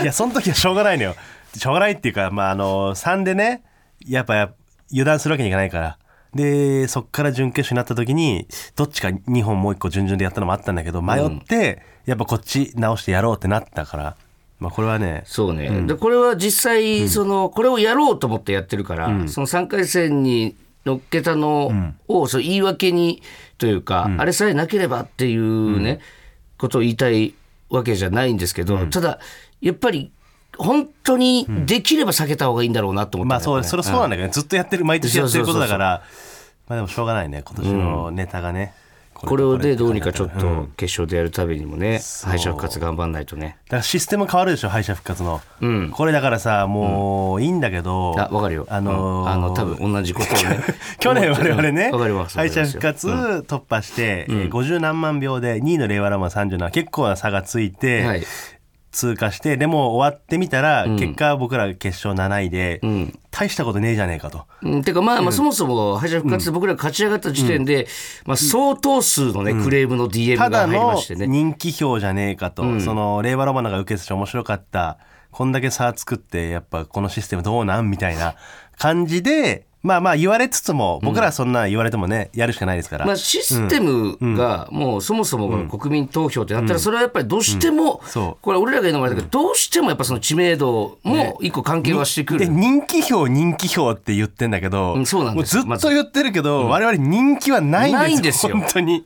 いやその時はしょうがないのよしょうがないっていうかまああの3でねやっぱ油断するわけにいかないからでそっから準決勝になった時にどっちか2本もう1個順々でやったのもあったんだけど迷って、やっぱこっち直してやろうってなったからまあこれはねそうね、でこれは実際その、これをやろうと思ってやってるから、その3回戦に乗っけたのを、その言い訳にというか、あれさえなければっていうね、ことを言いたいわけじゃないんですけど、ただやっぱり本当にできれば避けた方がいいんだろうなと思って、まあそうそれはそうなんだけど、ねずっとやってる毎年やってることだからまあでもしょうがないね今年のネタがね、これをででどうにかちょっと決勝でやるためにもね、敗者復活頑張んないとね。だからシステム変わるでしょ敗者復活の、これだからさもういいんだけど、あ、わかるよ。あのー。うんあの、多分同じことをね 去年我々ねわかります。敗者復活突破して、えー50何万票で2位の令和ラマン37結構な差がついて、はい。通過してでも終わってみたら、結果僕ら決勝7位で、大したことねえじゃねえかとうん、てかまあまあそもそも敗者復活で僕ら勝ち上がった時点で、まあ相当数のね、クレームの DM たがだ入りまのしてね。人気票じゃねえかと、その令和ロマンが受けてて面白かったこんだけ差作ってやっぱこのシステムどうなんみたいな感じでまあまあ言われつつも僕らはそんな言われてもね、やるしかないですから、まあシステムがもうそもそも国民投票ってなったらそれはやっぱりどうしてもそうこれ俺らが言うのもあれだけどどうしてもやっぱその知名度も一個関係はしてくでる。人気票人気票って言ってんだけど、うんそうなんですよもうずっと言ってるけど、我々人気はないんですないんですよ本当に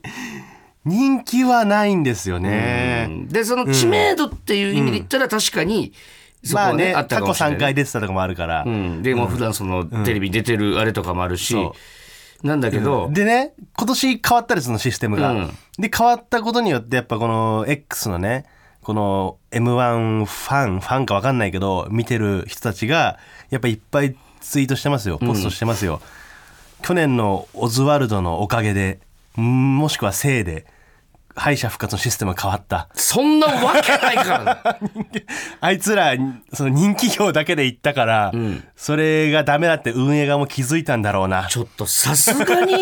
人気はないんですよね、でその知名度っていう意味で言ったら確かにそこまあはね,、ねあった過か去もしれない3回出てたとかもあるから、うん、でもう普段そのテレビに出てるあれとかもあるし、そなんだけど、でね今年変わったりそのシステムが、うんで変わったことによってやっぱこの X のねこの m 1ファンファンか分かんないけど見てる人たちがやっぱいっぱいツイートしてますよポストしてますよ、去年のオズワルドのおかげでうんもしくはせいで敗者復活のシステムが変わった そんなわけないからねあいつらその人気票だけで行ったから、それがダメだって運営側も気づいたんだろうなちょっとさすが に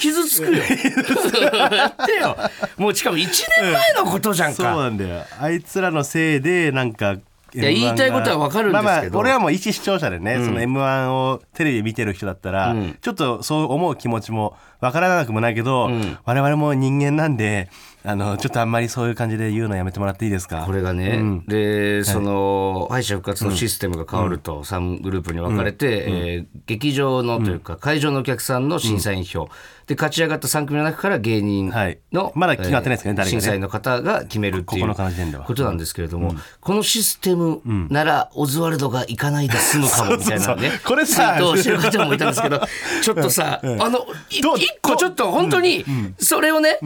傷つくよ。 やってよ。もうしかも1年前のことじゃんそうか。なんだよあいつらのせいでなんかいや言いたいことはわかるんですけど俺はもう一視聴者でね、その m 1をテレビで見てる人だったら、ちょっとそう思う気持ちもわからなくもないけど、我々も人間なんであのちょっとあんまりそういう感じで言うのやめてもらっていいですかこれがね、でその敗者復活のシステムが変わると3グループに分かれて、えー劇場のというか会場のお客さんの審査員票で勝ち上がった3組の中から芸人はいのまだ決まってないですけどね誰がね審査員の方が決めるっていここうの感じでんだわことなんですけれどもこのシステムならオズワルドが行かないで済むかもみたいなそうそうねそうこれさツイートをしてる方もいたんですけどちょっとさあのいどう一個ちょっと本当にそれをね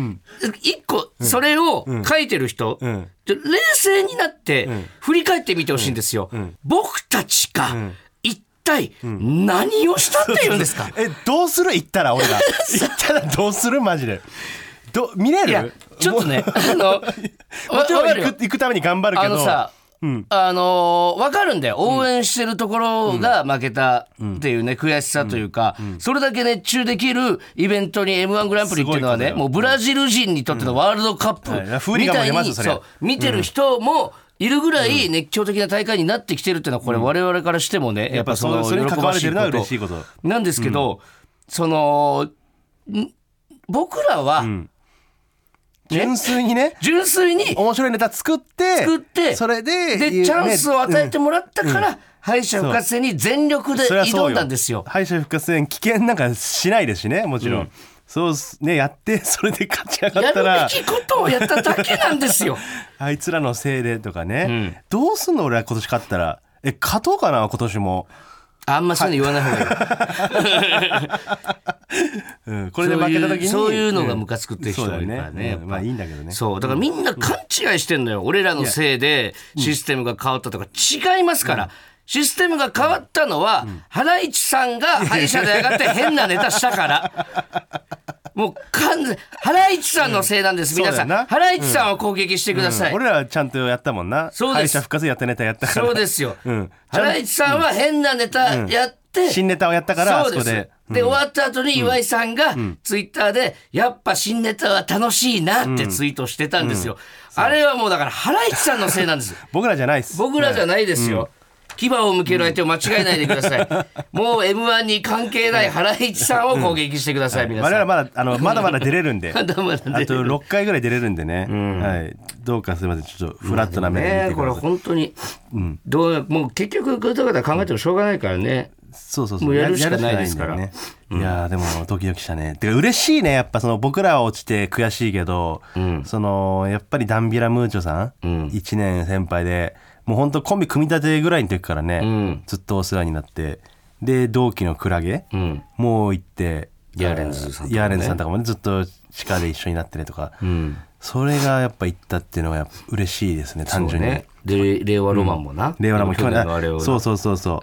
一個と、それを書いてる人、んで冷静になって、振り返ってみてほしいんですよ。僕たちが、一体、何をしたっていうんですかえどうする行ったら俺ら行ったらどうするマジでど見れるいや、ちょっとね、あの、 わもうもちろんわかるよ行く行くために頑張るけどあのさ、あのーわかるんだよ応援してるところが負けたっていうね、悔しさというか、それだけ熱中できるイベントに m 1グランプリっていうのはすごいことだねよもうブラジル人にとってのワールドカップはい風鈴みがた盛りまいすによそれそう見てる人もいるぐらい熱狂的な大会になってきてるっていうのはこれ我々からしてもね、やっぱそのそれに喜関わばれしているのは嬉しいことなんですけど、そのん僕らは純粋にね純粋に面白いネタ作って作ってそれででチャンスを与えてももらったから、敗者復活戦に全力で挑んだんですよ。敗者復活戦危険なんかしないですしねもちろん、そうっすねやって それで勝ち上がやったるらべきことをやっただけなんです よ。あいつらのせいでとかね、どうすんの俺は今年勝ったらえ勝とうかな今年も、あんまそういうの言わない方がいい。うん、これで負けた時にそういうそういうのがムカつくっていう人そうだがよいるからねねやうっんぱまあいいんだけどねそうだからみんな勘違いしてんのよ、俺らのせいでシステムが変わったとか違いますから、システムが変わったのは、ハライチさんが敗者で上がって変なネタしたから。 もう完全ハライチさんのせいなんです、うん皆さそうんだよなハライチさんを攻撃してください、俺らはちゃんとやったもんなそうです敗者復活やったネタやったからそうですよ。うんハライチさんは変なネタやって、新ネタをやったからあそそうこです。でで、終わった後に岩井さんが、ツイッターで、やっぱ新ネタは楽しいなってツイートしてたんですよ。あれはもうだから、ハライチさんのせい なんです。僕らじゃないです僕らじゃないですよ。牙を向ける相手を間違えないでください。もう M1 に関係ないハライチさんを攻撃してください、皆さん。我々まだ あのまだまだ出れるんでまだまだ出れるあと6回ぐらい出れるんでね、はい、どうかすみませんちょっとフラットな目で見ねてこくれださい、本当に、どうもう結局グータガタ考えてもしょうがないからね。そうそうそうもうやるしかないですからやるしかないんだよねいやーでもドキドキしたねてか嬉しいねやっぱその僕らは落ちて悔しいけど、そのやっぱりダンビラムーチョさん、1年先輩でもう本当コンビ組み立てぐらいの時からね、んずっとお世話になってで同期のクラゲ、んもう行ってヤーレンズさんとかねヤーレンズさんとかもねずっと地下で一緒になってねとか、それがやっぱ行ったっていうのはやっぱ嬉しいですね単純に、ね。で、令和ロマンもな。令和ロマン去去年のあれ年をな。そうそうそうそう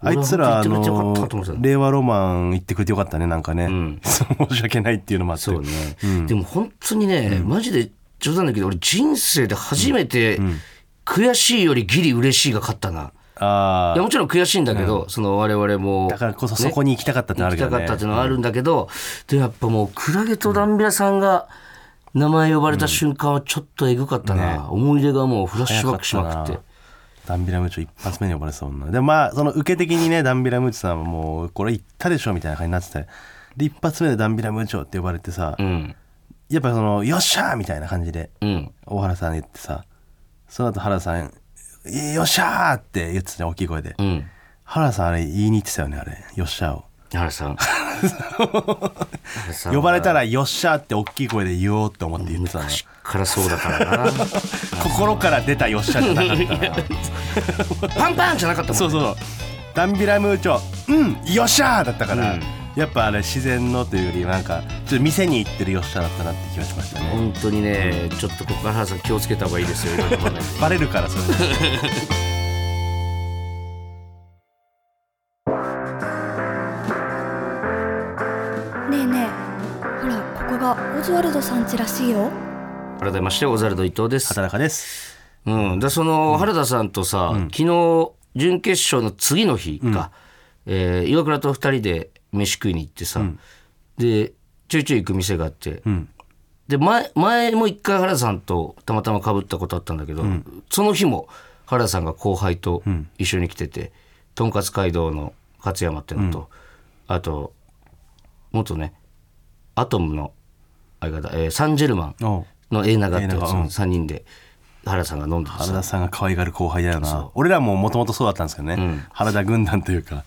あ俺いつらあ本当に行のってくれてよかったと思ってた令和ロマン行ってくれてよかったねなんかね、ん 申し訳ないっていうのもあってそうね、でも本当にね、マジで冗談だけど俺人生で初めて悔しいよりギリ嬉しいが勝ったな、あいやあもちろん悔しいんだけど、その我々もだからこそそこに行きたかったってのあ行るきけどたかねったっていうのはあるんだけど、でやっぱもうクラゲとダンビラさんが名前呼ばれた瞬間はちょっとえぐかったな、思い出がもうフラッシュバックしまくってダンビラムーチョ一発目に呼ばれてたもんなでまあその受け的にねダンビラムーチョさんはもうこれ行ったでしょみたいな感じになっててで一発目でダンビラムーチョって呼ばれてさ、うんやっぱそのよっしゃーみたいな感じでうん大原さん言ってさその後原さんえよっしゃーって言ってたね大きい声で、うん原さんあれ言いに行ってたよねあれよっしゃを原さん 原さんは呼ばれたら「よっしゃ」って大きい声で言おうって思って言ってたの昔からそうだから な心から出た「よっしゃ」じゃなかったなパンパンじゃな かったもんねそうそうそうダンビラムーチョ「うんよっしゃ」だったから、やっぱあれ自然のというよりなんかちょっと店に行ってる「よっしゃ」だったなって気がしましたね本当にね、ちょっとここから原さん気をつけた方がいい ですよ。いろんなことねバレるからそれねえねえほらここがオズワルドさん家らしいよ改めまして、オザルド伊藤です。畑中ですうん、だその原田さんとさ、昨日準決勝の次の日か、えー岩倉と二人で飯食いに行ってさ、でちょいちょい行く店があって、で前前も一回原田さんとたまたまかぶったことあったんだけど、その日も原田さんが後輩と一緒に来てて、とんかつ街道の勝山ってのと、あと元ねアトムの相方、えーサンジェルマンおうの永永ってやつ永永うん3人で原田さんが飲んでて原さ田さんが可愛がる後輩だよな俺らももともとそうだったんですけどね、原田軍団というか、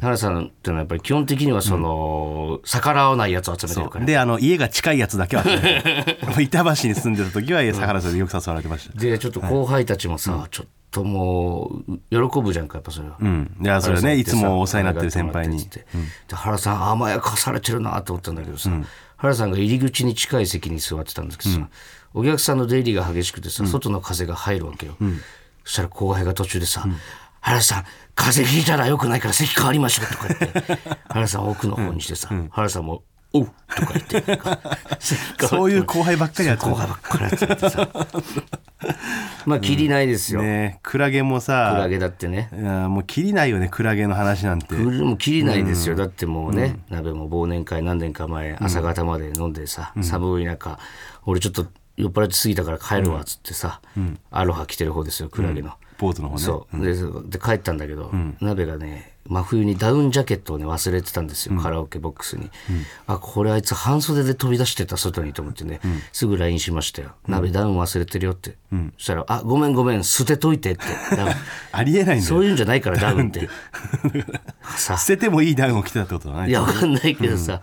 原さんってのはやっぱり基本的にはその、逆らわないやつを集めてるから。であの家が近いやつだけは、ね、 板橋に住んでた時は坂原さんによく誘われてましたで、ちょっと後輩たちもさ、ちょっともう、喜ぶじゃんか、やっぱそれは。うん、いやそれねいつもお世話になってる先輩っにてさで原さん甘やかされてるなと思ったんだけどさ、原さんが入り口に近い席に座ってたんですけどさ、お客さんの出入りが激しくてさ、外の風が入るわけよ、そしたら後輩が途中でさ「原さん風邪ひいたらよくないから席変わりましょう」とか言って 原さんを奥の方にしてさ、原さんも「おう」とか言ってなんか席変わってそういう後輩ばっかりやって後る輩ばっかりやって さまあ切りないですよ、ねクラゲもクさラゲだってねいやもう切りないよねクラゲの話なんてこれもう切りないですよ、だってもうね、鍋も忘年会何年か前朝方まで飲んでさ、寒い中俺ちょっと酔っ払って過ぎたから帰るわっつってさ、アロハ着てる方ですよクラゲの、ボートの方ねそうでで帰ったんだけど、鍋がね真冬にダウンジャケットをね忘れてたんですよ、カラオケボックスに、あこれあいつ半袖で飛び出してた外にと思ってね、すぐ LINE しましたよ「鍋ダウン忘れてるよ」って、そしたら「あごめんごめん捨てとい て」ってダウンありえないんだそよういうんじゃないからダウン って。さ捨ててもいいダウンを着てたってことだねいや、わかんないけどさ、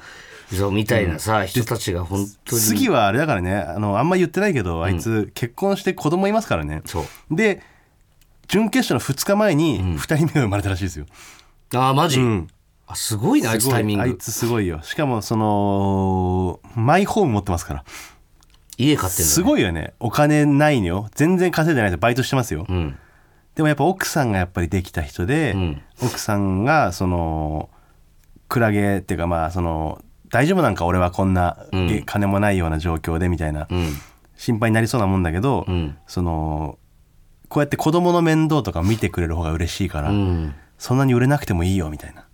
そうみたいなさ、人たちが本当に。次はあれだからねあのあんま言ってないけどあいつ結婚して子供いますからね、そうで準決勝の2日前に2人目が生まれたらしいですよ、ああ、マジ、んあ、すごいな、あいつすごタイミンあいグ。つすごいよしかもそのマイホーム持ってますから家買ってんだ、ね。すごいよねお金ないのよ全然稼いでないでバイトしてますよ、うん。でもやっぱ奥さんがやっぱりできた人で、ん奥さんがそのクラゲっていうかまあその大丈夫なんか俺はこんな、え金もないような状況でみたいな、うん。心配になりそうなもんだけど、うんそのこうやって子供の面倒とか見てくれる方が嬉しいから、うん。そんなに売れなくてもいいよみたいな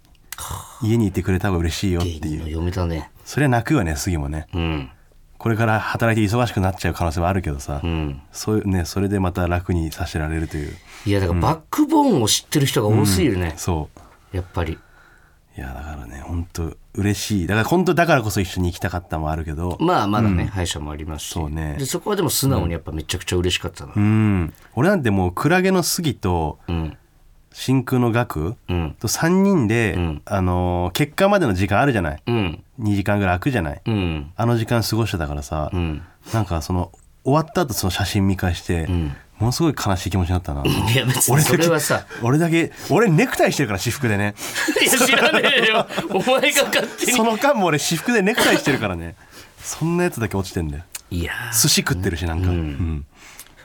家にいてくれた方が嬉しいよっ芸て人いのう嫁だね。それは泣くよね杉もねうん。これから働いて忙しくなっちゃう可能性はあるけどさ、うん。そういうねそれでまた楽にさせられるといういや、だからバックボーンを知ってる人が多すぎるね。そうやっぱり。いやだからね本当嬉しいだから本当だからこそ一緒に行きたかったもあるけどまあ、まだね、歯医者もありますし。そうねで、そこはでも素直にやっぱめちゃくちゃ嬉しかったな。うん俺なんてもうクラゲの杉とうん。真空の額うん。と3人で、んあのー結果までの時間あるじゃないうん。 2時間ぐらい空くじゃないうん。あの時間過ごしてたからさ、うん。なんかその終わった後その写真見返して、ものすごい悲しい気持ちになったないや、別に俺だそけれは さ。俺だけ俺ネクタイしてるから私服 でねいや、知らねえよ。お前が勝手そに。の間も俺私服でネクタイしてるからねそんなやつだけ落ちてんだよいやー寿司食ってるしなんか、うん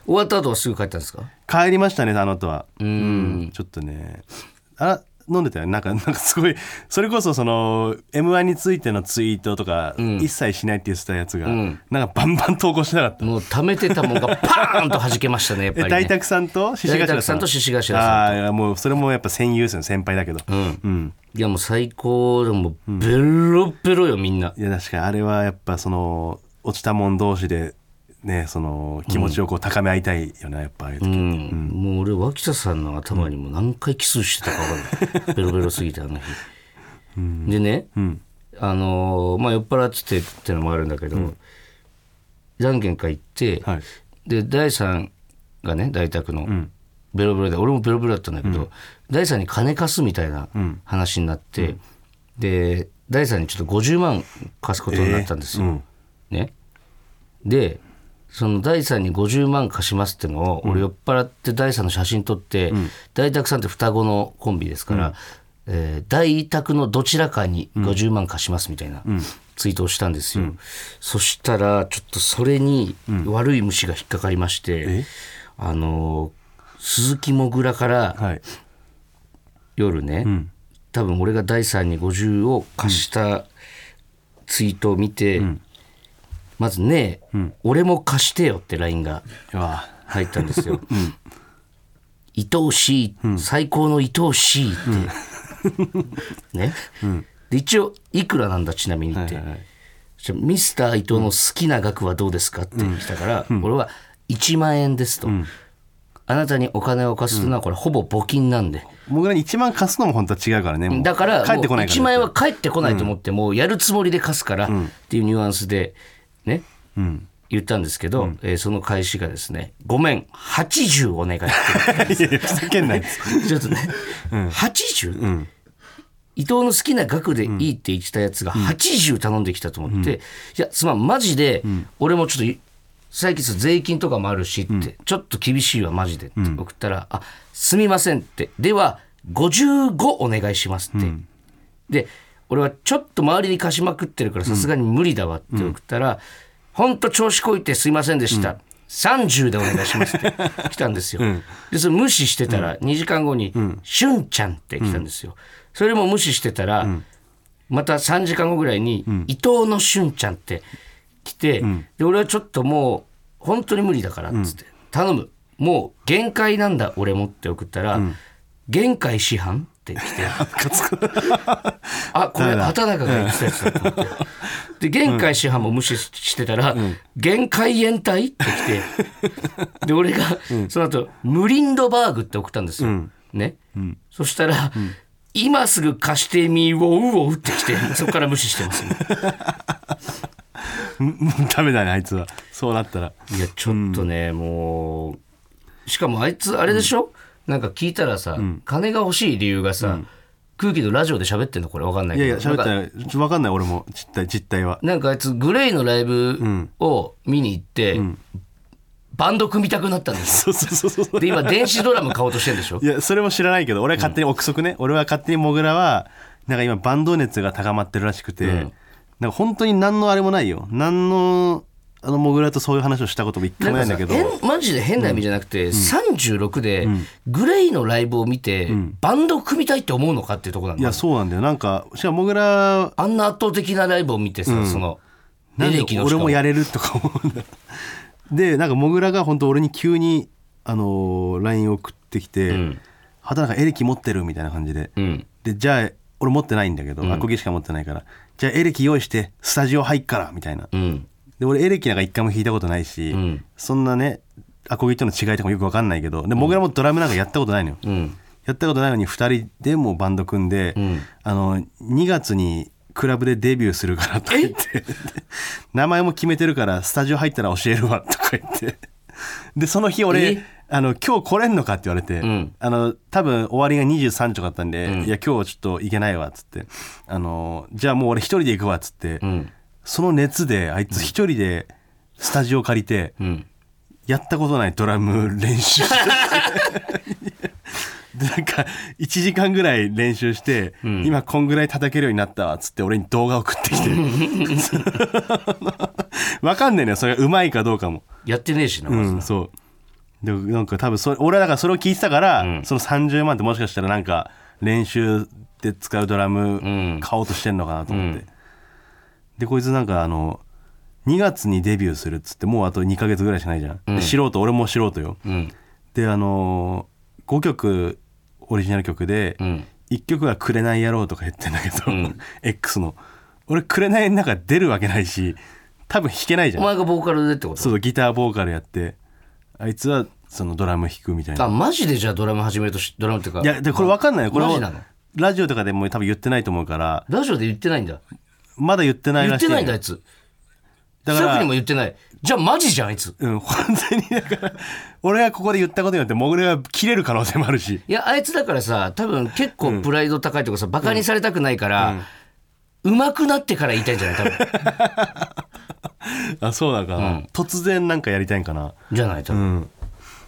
終わった後はすぐ帰ったんですか帰りましたねあの後はうん。ちょっとねあら飲んでたよなんかなんかすごいそれこそその m 1についてのツイートとか一切しないって言ってたやつが、んなんかバンバン投稿してなかった、もう溜めてたもん がパーンと弾けましたね、やっぱえり、ね。大拓さんと獅子頭大拓さんと獅子頭さんとああいやもうそれもやっぱ戦友ですよ先輩だけどうん、いやもう最高でもうベロベロよみんな。いや確かにあれはやっぱその落ちたもん同士でねその気持ちをこう高め合いたいよねやっぱああいう時、うんもう俺脇田さんの頭にも何回キスしてたか分かんない ベロベロすぎてあの日。でね、あのーまあ酔っ払っててってのもあるんだけど、じゃんけんか行って、はいで第三がね大拓の、ベロベロで俺もベロベロだったんだけど、第三に金貸すみたいな話になって、で第三にちょっと50万貸すことになったんですよ。ね、でその第三に50万貸しますってのを、俺酔っ払って第三の写真撮って、大拓さんって双子のコンビですから、えー大拓のどちらかに50万貸しますみたいなツイートをしたんですよ、そしたらちょっとそれに悪い虫が引っかかりまして、あのー鈴木もぐらからはい夜ね、多分俺が第三に50を貸したツイートを見て、まずね、俺も貸してよって LINE がうわ入ったんですよ。愛おしい、最高の愛おしいって。 ね、で一応いくらなんだちなみにって、じゃあミスター伊藤の好きな額はどうですかって来たから、俺は1万円ですと、あなたにお金を貸すのはこれほぼ募金なんで、もぐらに1万貸すのも本当は違うからねもうだから帰ってこないから1万円は返ってこないと思って、もうやるつもりで貸すからっていうニュアンスでね、言ったんですけど、えーその返しがですね「ごめん80お願い」っていやいやふざけんないです ちょっとね「80?、伊藤の好きな額でいいって言ってたやつが80頼んできたと思って、いやすまんマジで俺もちょっと最近税金とかもあるしって、ちょっと厳しいわマジでって送ったら「あすみません」って「では55お願いします」って。で俺はちょっと周りに貸しまくってるからさすがに無理だわって送ったら、ほんと調子こいてすいませんでした、30でお願いし ますって来たんですよ、でそれ無視してたら2時間後に「しゅんちゃん」って来たんですよ、それも無視してたら、また3時間後ぐらいに「伊藤のしゅんちゃん」って来て、で俺はちょっともう本当に無理だからっつって、頼むもう限界なんだ俺もって送ったら「限界師範?」って来てあこれ畑中が言ってたやつだと思ってで限界師範も無視してたら「限界延滞?」って来てで俺がその後ムリンドバーグ」って送ったんですよ、ね、そしたら、今すぐ貸してみよううを打ってきてそこから無視してます、ね、ダメだねあいつはそうなったらいやちょっとね、もうしかもあいつあれでしょ、なんか聞いたらさ、金が欲しい理由がさ、空気のラジオで喋ってんのこれわかんないいけやどいや喋っなんかたらちょっと分かんない俺も実態実態はなんかあいつグレイのライブを見に行って、バンド組みたくなったんですそうそうそうそう よで今電子ドラム買おうとしてるんでしょいやそれも知らないけど俺は勝手に憶測ね、俺は勝手にモグラはなんか今バンド熱が高まってるらしくて、なんか本当に何のあれもないよ何のあのモグラとそういう話をしたことも一回もないんだけどなんかさ変マジで変な意味じゃなくて、36でグレイのライブを見て、バンド組みたいって思うのかっていうとこなんいだやよそうなんだよなんかしかもモグラあんな圧倒的なライブを見てさ、そのなんで履歴の俺もやるれるとか思うんだでなんかモグラが本当俺に急に、あのー LINE を送ってきて「ん畑中エレキ持ってる?」みたいな感じで、うんでじゃあ俺持ってないんだけど、アコギしか持ってないから「じゃあエレキ用意してスタジオ入っから」みたいな、うんで俺エレキなんか一回も弾いたことないし、んそんなねアコギとの違いとかもよく分かんないけどでモグラもドラムなんかやったことないのよ、うんやったことないのに2人でもうバンド組んで、んあの2月にクラブでデビューするからとか言ってで 名前も決めてるからスタジオ入ったら教えるわとか言ってでその日俺えあの今日来れんのかって言われて、んあの多分終わりが23とかだったんで、いや今日ちょっと行けないわっつってあのじゃあもう俺一人で行くわっつって、んその熱であいつ一人でスタジオ借りて、んやったことないドラム練習してでなんか1時間ぐらい練習して、今こんぐらい叩けるようになったわっつって俺に動画送ってきて わかんねえのよそれがうまいかどうかもやってねえしな、うまずんそうでなんか多分それ俺はだからそれを聞いてたから、うんその30万ってもしかしたらなんか練習で使うドラんム買おうとしてんのかなと思って、うんでこいつなんかあの2月にデビューするっつってもうあと2ヶ月ぐらいしかないじゃん、で素人俺も素人よ、うんであの5曲オリジナル曲で、うん一曲は「紅野郎」とか言ってんだけど、うん X の俺紅の中出るわけないし多分弾けないじゃおん前がボーカルでってことそうギターボーカルやってあいつはそのドラム弾くみたいあなマジでじゃあドラム始めるとしドラムっていうかいやでこれ分かんないよこれマはジなのラジオとかでも多分言ってないと思うからラジオで言ってないんだまだ言ってない言らっしいてのないんだあいつだスかタッフにもら言ってないじゃあマジじゃんあいつうん 本当にだから俺がここで言ったことによってモグラが切れる可能性もあるしいやあいつだからさ多分結構プライド高いとかさ、バカにされたくないから、うま上手くなってから言いたいんじゃない多分あそうだから、うん突然なんかやりたいんかなじゃない多う分、ん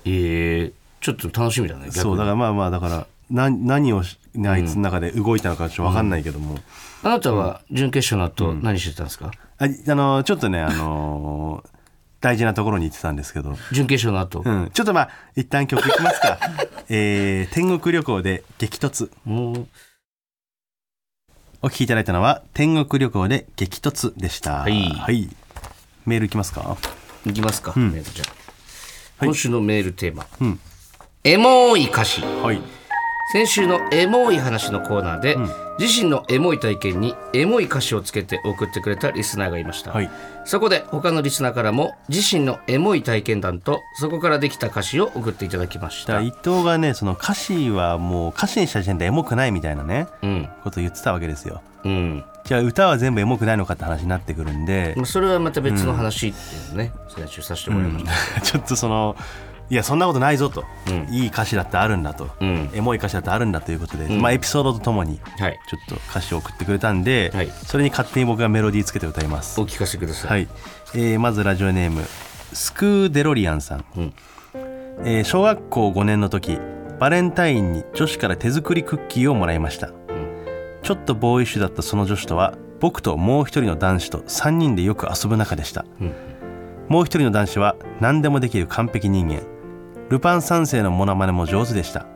えーちょっと楽しみだね逆にそうだからまあまあだからな何をしねあいつの中で動いたのかちょっと分かんないけども、あなたは準決勝の後何してたんですか、ああのちょっとねあのー大事なところに行ってたんですけど準決勝の後、うん、ちょっとまあ一旦曲いきま すか、えー天国旅行で激突もうお聴きいただいたのは天国旅行で激突でしたはいメールいきますかいきますか、メールじゃあい今週のメールテーマ、うんエモい歌詞はい先週のエモい話のコーナーで、自身のエモい体験にエモい歌詞をつけて送ってくれたリスナーがいました、はいそこで他のリスナーからも自身のエモい体験談とそこからできた歌詞を送っていただきましだたから伊藤がねその歌詞はもう歌詞にした時点でエモくないみたいなねうんことを言ってたわけですようんじゃあ歌は全部エモくないのかって話になってくるんでまあ、それはまた別の話っていうのね、先週させてもらいました、 ちょっとそのいやそんなことないぞと、うんいい歌詞だってあるんだと、うんエモい歌詞だってあるんだということで、んまあ、エピソードとともにはいちょっと歌詞を送ってくれたんで、はいそれに勝手に僕がメロディーつけて歌いますお、聞かせください、はいえーまずラジオネームスクーデロリアンさん、うんえー小学校5年の時バレンタインに女子から手作りクッキーをもらいました、ちょっとボーイッシュだったその女子とは僕ともう一人の男子と3人でよく遊ぶ仲でした、もう一人の男子は何でもできる完璧人間ルパン三世のモノマネも上手でした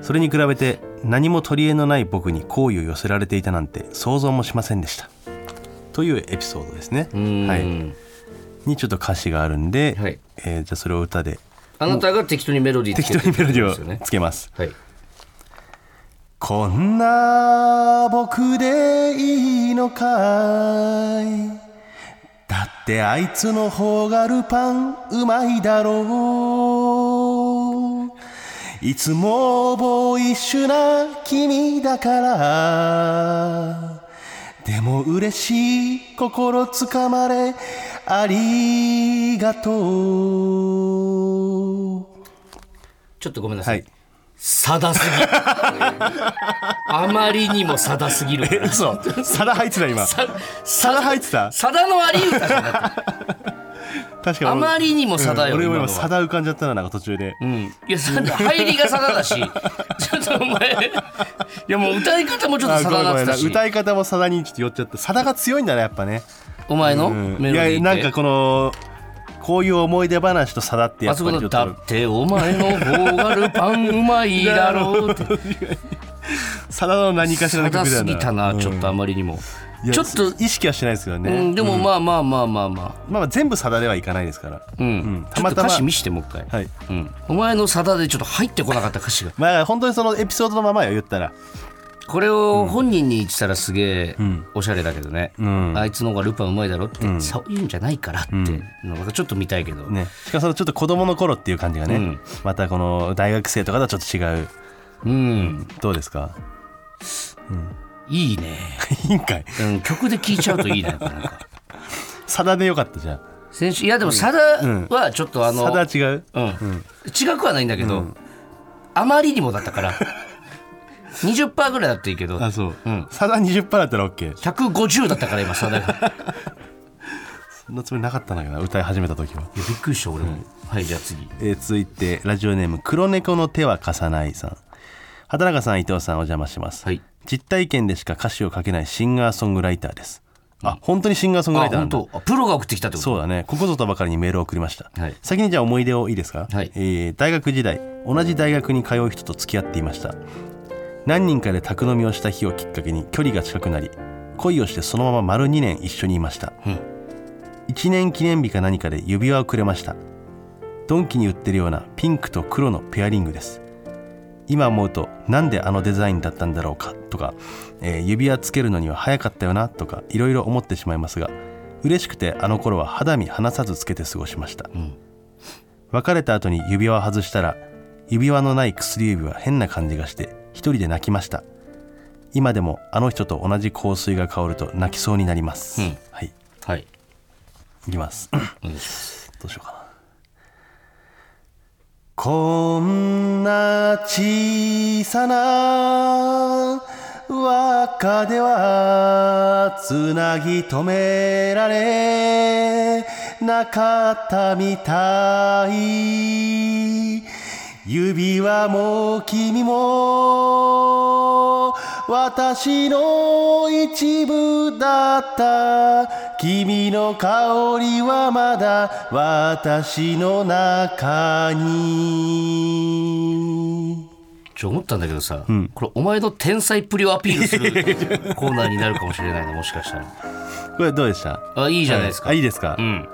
それに比べて何も取り柄のない僕に好意を寄せられていたなんて想像もしませんでしたというエピソードですね、うんはい、にちょっと歌詞があるんで、はいえーじゃあそれを歌であなたが適当にメロディーつ適けて当にメロデってことでィーすをよつけますはいこんな僕でいいのかいだってあいつの方がルパンうまいだろういつもボーイッシュな君だからでも嬉しい心つかまれありがとうちょっとごめんなさ、はいいサダすぎ るあまりにもサダすぎるから嘘皿入ってた今さ皿入ってたサダのあり歌じゃな くて確かにあまりにもサダよ俺も今の今はサダ浮かんじゃったななんか途中で、うんいやそれ入りがサダだ しちょっとお前いやもう歌い方もちょっとあサごめダんだごっめてんたし歌い方もサダにちょっと寄っちゃったサダが強いんだねやっぱね、お前のうんメロいディーって、やなんかこのこういう思い出話とサダってやあっぱそりこちのょっだとってお前の方がルパンうまいだろうって サダの何かしらサのダ曲だすよなぎたなちょっとあまりにも、いやちょっと意識はしてないですけどね、うん、でもまあまあまあまあまあまあまあ全部サダではいかないですから、うん、うんちょたっまとたま歌詞見してもう一回、はいうん、お前のサダでちょっと入ってこなかった歌詞がまあ本当にそのエピソードのままよ言ったらこれを本人に言ってたらすげえんおしゃれだけどね、んあいつの方がルパンうまいだろって、そういうんじゃないからって、なんかちょっと見たいけど、ねしかもそのちょっと子供の頃っていう感じがね、うんまたこの大学生とかとはちょっと違ううんどうですか いいね、委員会うん、曲で聴いちゃうといいねやっぱなん かサダでよかったじゃん先週いやでもサダはちょっとあの、サダ違ううん違くはないんだけど、あまりにもだったから 20%ぐらいだったらいいけどあそう、うんサダ20%だったら OK 150だったから今サダが。そんなつもりなかったんだけどな歌い始めた時は、 いやびっくりした俺も、はいじゃあ次えー続いてラジオネーム黒猫の手は貸さないさん畑中さん伊藤さんお邪魔します、はい実体験でしか歌詞を書けないシンガーソングライターですあ本当にシンガーソングライターなんだあ本当あプロが送ってきたってことそうだねここぞとばかりにメールを送りました、はい先にじゃあ思い出をいいですか、はいえー大学時代同じ大学に通う人と付き合っていました何人かで宅飲みをした日をきっかけに距離が近くなり恋をしてそのまま丸2年一緒にいました、うん1年記念日か何かで指輪をくれましたドンキに売ってるようなピンクと黒のペアリングです今思うとなんであのデザインだったんだろうかとか、えー指輪つけるのには早かったよなとかいろいろ思ってしまいますが嬉しくてあの頃は肌身離さずつけて過ごしました、別れた後に指輪を外したら指輪のない薬指は変な感じがして一人で泣きました今でもあの人と同じ香水が香ると泣きそうになります、うんはいはいいきます。どうしようかな。こんな小さな輪っかではつなぎ止められなかったみたい指輪も君も私の一部だった君の香りはまだ私の中にちょ思ったんだけどさ、これお前の天才っぷりをアピールす るコーナーになるかもしれないのもしかしたらこれどうでしたあいいじゃないですか、あいいですか、うん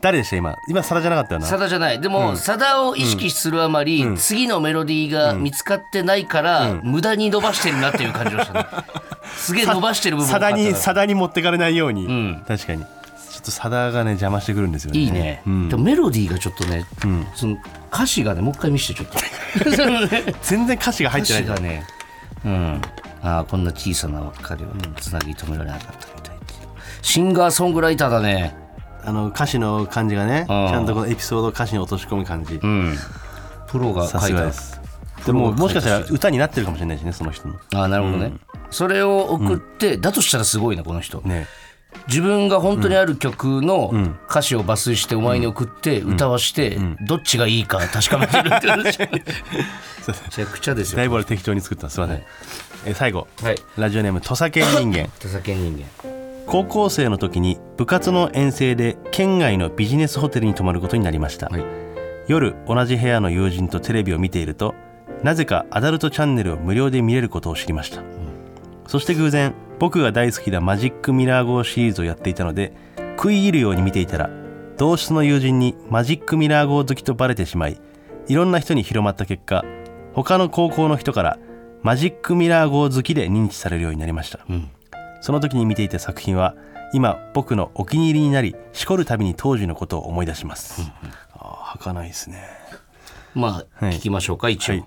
誰でした今今皿じゃなかったよなサダじゃないでも、サダを意識するあまり、次のメロディーが見つかってないから、無駄に伸ばしてるなっていう感じがした ねすげえ伸ばしてる部分さだにサさだに持ってかれないように、ん確かにちょっとさだがね邪魔してくるんですよねいいね、うんでもメロディーがちょっとね、その歌詞がねもう一回見せてちょっ と全然歌詞が入ってない歌詞がね、うん、ああこんな小さな輪っかではつなぎ止められなかったみたいっていうシンガーソングライターだねあの歌詞の感じがねちああゃんとこのエピソードを歌詞に落とし込む感じうんプロが書さすいがたですでももしかしたら歌になってるかもしれないしねその人のああなるほどね、それを送って、だとしたらすごいなこの人、ね自分が本当にある曲の歌詞を抜粋してお前に送って歌わしてどっちがいいか確かめてるって話めちゃくちゃですだいよ。ぶ俺適当に作ったすいません、え最後、はいラジオネーム土佐犬人間手先人間高校生の時に部活の遠征で県外のビジネスホテルに泊まることになりました、はい夜同じ部屋の友人とテレビを見ているとなぜかアダルトチャンネルを無料で見れることを知りました、そして偶然僕が大好きなマジックミラー号シリーズをやっていたので食い入るように見ていたら同室の友人にマジックミラー号好きとバレてしまいいろんな人に広まった結果他の高校の人からマジックミラー号好きで認知されるようになりました、その時に見ていた作品は今僕のお気に入りになりしこるたびに当時のことを思い出します、ああはかないですねまあはい聞きましょうか一応。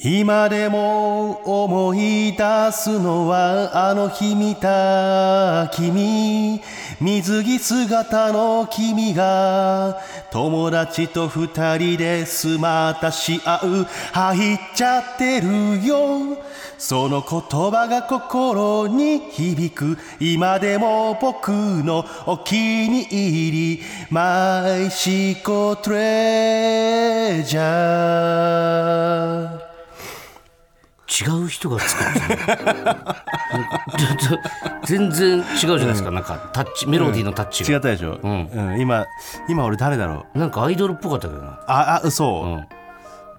今でも思い出すのはあの日見た君水着姿の君が友達と二人でスマタし合う入っちゃってるよその言葉が心に響く今でも僕のお気に入りマイシコトレジャー違う人が作るちょっと全然違うじゃないですか、なんかタッチメロディーのタッチ違が、ったでしょ、うんうん今今俺誰だろうなんかアイドルっぽかったけどな、ああそう、うん、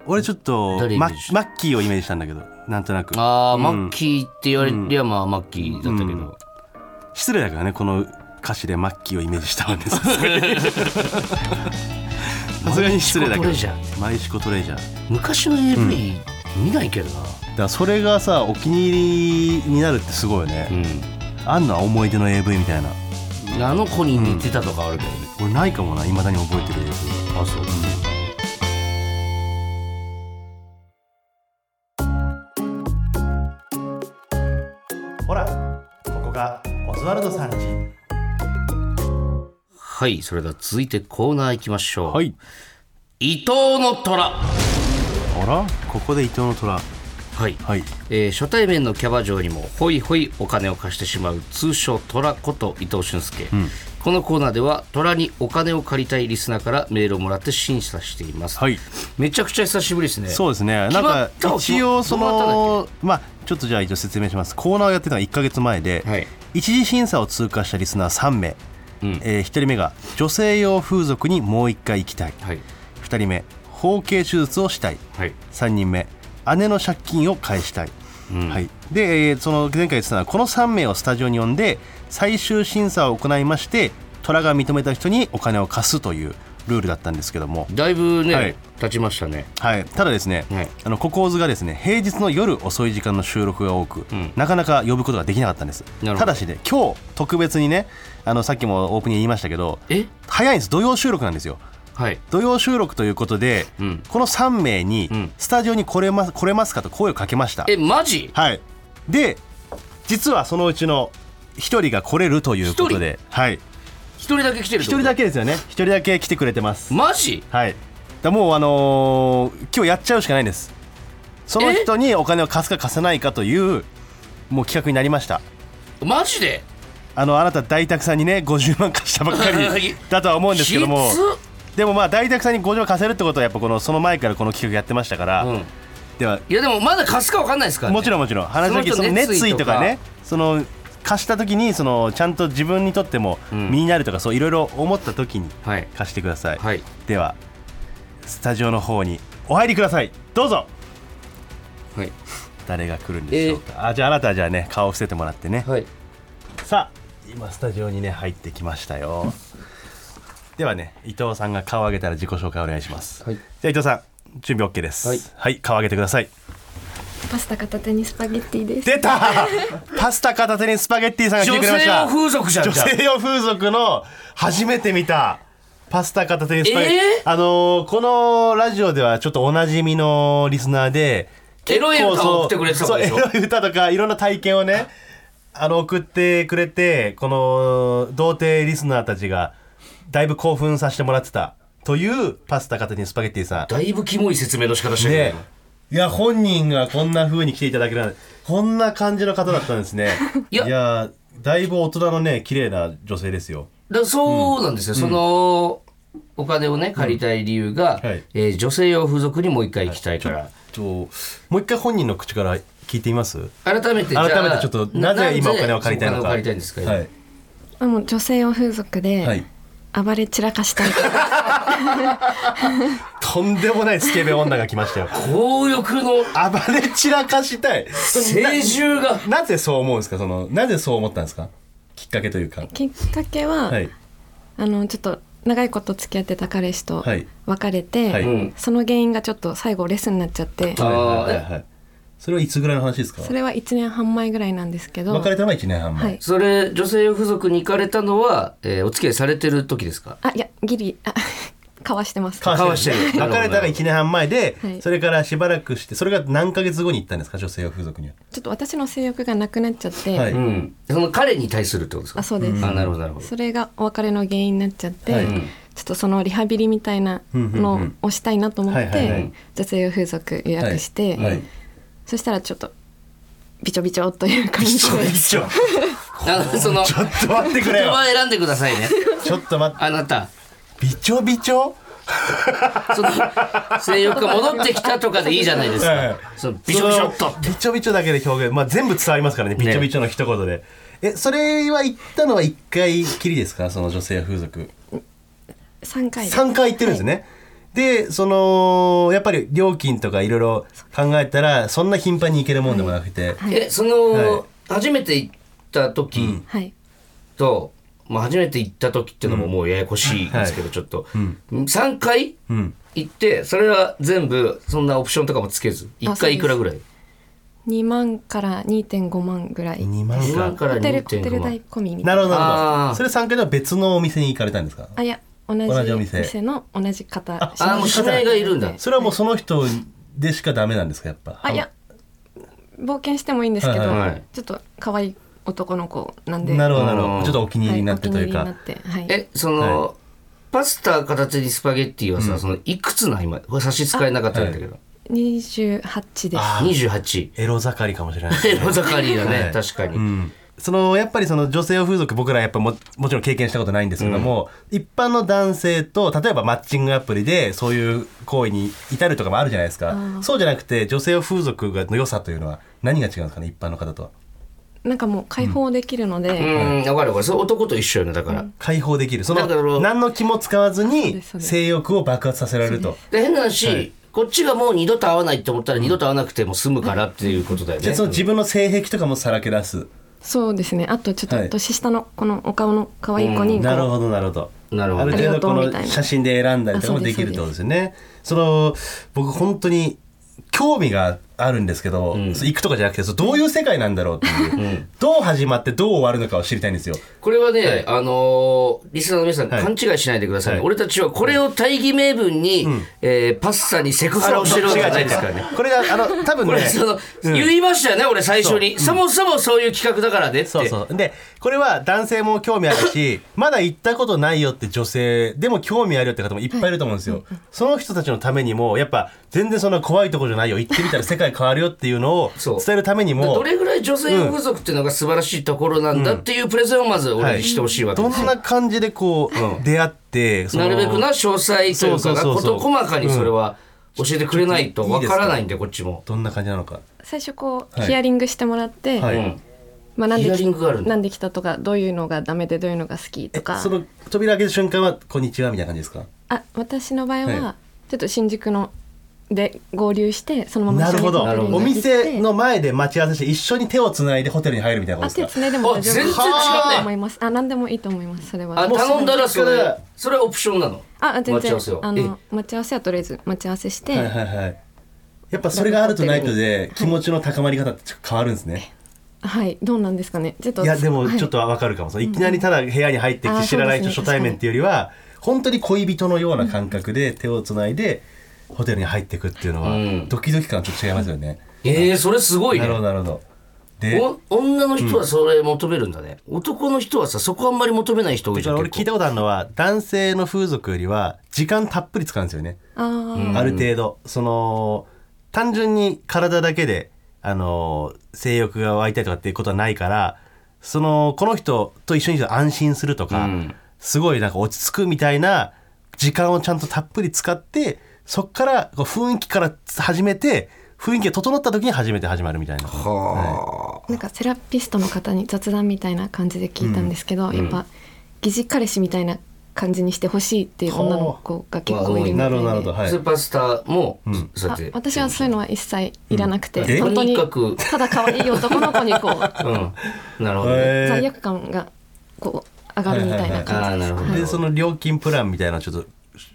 俺ちょっと誰イメマージしたマッキーをイメージしたんだけどなんとなくあー、マッキーって言われりゃまあマッキーだったけど、失礼だからねこの歌詞でマッキーをイメージしたわ けですさすがに失礼だけどマイシコトレジマイシコトレジャーだ昔の AV 見ないけどな、からそれがさお気に入りになるってすごいよね、う、あんの思い出の AV みたいなんあの子に似てたとかあるけどね、俺ないかもないまだに覚えてる AV あそうほらここがオズワルドさんちはいそれでは続いてコーナー行きましょう、はい伊藤の虎あらここで伊藤の虎はいはいえー初対面のキャバ嬢にもホイホイお金を貸してしまう通称トラこと伊藤俊介、このコーナーではトラにお金を借りたいリスナーからメールをもらって審査しています、はいめちゃくちゃ久しぶりですねそうですねな決んまかった一応そどうなのまあちょっとじゃあ一応説明しますコーナーをやってたのが1か月前で、はい一次審査を通過したリスナー3名、うんえ1人目が女性用風俗にもう1回行きたい、はい2人目包茎手術をしたいはい3人目姉の借金を返したい、はい、で、えーその前回言ってたのはこの3名をスタジオに呼んで最終審査を行いまして虎が認めた人にお金を貸すというルールだったんですけどもだいぶね、はい経ちましたねはい、ただですね、はいあのココーズがですね平日の夜遅い時間の収録が多く、なかなか呼ぶことができなかったんですなるほどただしね今日特別にねあのさっきもオープニングで言いましたけどえ早いんです土曜収録なんですよはい土曜収録ということで、んこの3名に、んスタジオに来れま来れますかと声をかけましたえマジはいで実はそのうちの1人が来れるということではい、1一人だけ来てる人だけけですよね1人だけ来てくれてますマジはい、だもうあのー今日やっちゃうしかないんですその人にお金を貸すか貸さないかというもう企画になりましたマジであのあなた大沢さんにね50万貸したば っかりだとは思うんですけどもきつでもまあ大沢さんに50万貸せるってことはやっぱこのその前からこの企画やってましたから、うんではいやでもまだ貸すかわかんないですから、ね、もちろんもちろん話の時そその人のの熱熱意意ととかかねその貸した時にそのちゃんと自分にとっても身になるとか、そういろいろ思った時にはい貸してください、はいではスタジオの方にお入りくださいどうぞはい誰が来るんでしょうか、あじゃああなたはじゃあね顔を伏せてもらってね、はいさあ今スタジオにね入ってきましたよではね伊藤さんが顔を上げたら自己紹介お願いします、はいじゃあ伊藤さん準備 OK ですはい顔上げてくださいパスタ片手にスパゲッティです。出たパスタ片手にスパゲッティさんが来て女くれまし性たを風俗じゃん女じゃあ性用風俗の初めて見たパスタ片手にスパゲッティ、えあのーこのラジオではちょっとおなじみのリスナーでエロい歌を送ってくれてた子そうでしょそうエロい歌とかいろんな体験をねあの送ってくれてこの童貞リスナーたちがだいぶ興奮させてもらってたというパスタ片手にスパゲッティさんだいぶキモい説明の仕方してるけどねいや本人がこんな風に来ていただけるなんてこんな感じの方だったんですね いやーだいぶ大人のね綺麗な女性ですよだそうなんですよ、そのお金をね借りたい理由が、はいえー女性用付属にもう一回行きたいから、ちょもう一回本人の口から聞いてみます改めてじゃあ改めてちょっとなぜ今お金を借りたいのかお金を借りたいんですか、はい、あもう女性用風俗はでい、暴れ散らかしたいか ら、とんでもないスケベ女が来ましたよ強欲の暴れ散らかしたい青春がなぜそう思うんですかそのなぜそう思ったんですかきっかけというかきっかけは、はいあのちょっと長いこと付き合ってた彼氏とはい別れて、はいうんその原因がちょっと最後レスになっちゃって、あーはいはいはいはいそれはいつぐらいの話ですかそれは1年半前ぐらいなんですけど別れたのは1年半前、はいそれ女性用付属に行かれたのは、えーお付き合いされてる時ですかあいやギリあ かわしてます交わしてる交わしてる別れたのが1年半前で、はいそれからしばらくしてそれが何ヶ月後に行ったんですか女性用風俗にはちょっと私の性欲がなくなっちゃって、はいうんその彼に対するってことですかあそうです、あなるほどなるほどそれがお別れの原因になっちゃって、はいちょっとそのリハビリみたいなのをしたいなと思って、はいはいはい女性用風俗予約して、はいはいそしたらちょっとびちょびちょっという感じでちょあのそのちょっと待ってくれ言 よ葉選んでくださいねちょっと待ってあなたびちょびちょその性欲が戻ってきたとかでいいじゃないですか、はいそのびしょびしょっとそのびちょびちょだけで表現、まあ、全部伝わりますからねびちょびちょの一言で、えそれは行ったのは1回きりですかその女性用風俗3回3回行ってるんですね、でそのやっぱり料金とかいろいろ考えたらそんな頻繁に行けるもんでもなくて、はいえその、はい初めて行った時はいと、まあ、初めて行った時っていうのももうややこしいですけど、ちょっと、3回うん行ってそれは全部そんなオプションとかもつけず1回いくらぐらい2万から2.5万ぐらい2万2か万からホテルホテ2.5万ル代込みみたないなるほどなるほあーどそれ3回では別のお店に行かれたんですかあいや同じ同じお店店の同じ方あああもう指名がいるんだそれはもうその人でしかダメなんですかやっぱあいや冒険してもいいんですけど、はいはいはいちょっと可愛い男の子なんでなるほどなるほあどーちょっとお気に入りになってとはいおう気にか、入りになってはいえその、パスタ片手にスパゲッティはさ、そのいくつなん今これ差し支えなかったんだけど、 28ですあ 28エロ盛りかもしれないですねエロ盛りだね、はい確かに、うんそのやっぱりその女性用風俗僕らやっぱももちろん経験したことないんですけども、一般の男性と例えばマッチングアプリでそういう行為に至るとかもあるじゃないですかそうじゃなくて女性用風俗がの良さというのは何が違うんですかね一般の方とはなんかもう解放できるのうで、ん分かる分かるそれ男と一緒よねだから、解放できるそだからの何の気も使わずうにですそうです性欲を爆発させられるとで変な話、こっちがもう二度と会わないって思ったら二度と会わなくても済むからっていうことだよね。じゃあその自分の性癖とかもさらけ出す、そうですねあとちょっはいと年下のこのお顔の可愛い子にこうなるほどなるほどなるほどある程度こありがとうみたいのな写真で選んだりとかもあそうでですきるってことですよねその僕本当に興味があるんですけど、そう行くとかじゃなくてそうどういう世界なんだろうっていう、どう始まってどう終わるのかを知りたいんですよこれはね、あのーリスナーの皆さん、はい勘違いしないでくださいね、はい俺たちはこれを大義名分に、えーパスタにセクハラをしてるわけじゃないですからね。これがあの多分こねれその、言いましたよね俺最初にそ,、もそもそういう企画だからねってそうそうでこれは男性も興味ある しまだ行ったことないよって女性でも興味あるよって方もいっぱいいると思うんですよ、その人たちのためにもやっぱ全然そんな怖いとこじゃないよ行ってみたら世界変わるよっていうのをそう伝えるためにでもどれぐらい女性風俗っていうのが素晴らしいところなんだっていうプレゼンをまず俺にしてほしいわけどですよんな感じでこう、出会ってそのなるべくな詳細というそかうがそうそうそ事う細かにそれは教えてくれないとわからないんでこっちも。どんな感じなのか最初こう、はいヒアリングしてもらって、はいうんまあ、なんでヒアリングがあるんだなんで来たとかどういうのがダメでどういうのが好きとかその扉開けた瞬間は「こんにちは」みたいな感じですかあ私の場合は、はちょっと新宿ので合流してそのままなるほど一緒にホテおルに行って店の前で待ち合わせして一緒に手をつないでホテルに入るみたいなこあとで手すかつないでも大丈あ夫全然違うねと思いますあ何でもいいと思いますそれはあもう頼んだらそそれれからそれはオプションなの。あ全待ち合然わせをあえの待ち合わせはとりあえず待ち合わせして、はいはいはいやっぱそれがあるとないとで気持ちの高まり方ってちょっと変わるんですね、はい、どうなんですかね。ちょっとい、やでもちょっと、とわかるかも、い、きなりただ部屋に入ってきあてー知らないそう人です初ね対面っていうよりは本当に恋人のような感覚で手をつないでホテルに入っていくっていうのはうんドキドキ感ちょっと違いますよね、えー、それすごいなねる。ほどなるほどでお女の人はそれ求めるんだね、男の人はさそこあんまり求めない人多いじゃん俺聞い結構たことあるのは男性の風俗よりは時間たっぷり使うんですよね、あーある程度その単純に体だけであの性欲が湧いたりとかっていうことはないからそのこの人と一緒にいると安心するとか、うんすごいなんか落ち着くみたいな時間をちゃんとたっぷり使ってそっからこう雰囲気から始めて雰囲気が整った時に初めて始まるみたいな。なんかセラピストの方に雑談みたいな感じで聞いたんですけど、やっぱ疑似彼氏みたいな感じにしてほしいっていう女の子が結構いるみたいではスーパースターも、そうやあって私はそういうのは一切いらなくて、うんえ本当にとにかくただ可愛い男の子に こう うん、なるほどね、罪悪感がこう上がるみたいなああ感じなでするほど、でその料金プランみたいなのをちょっと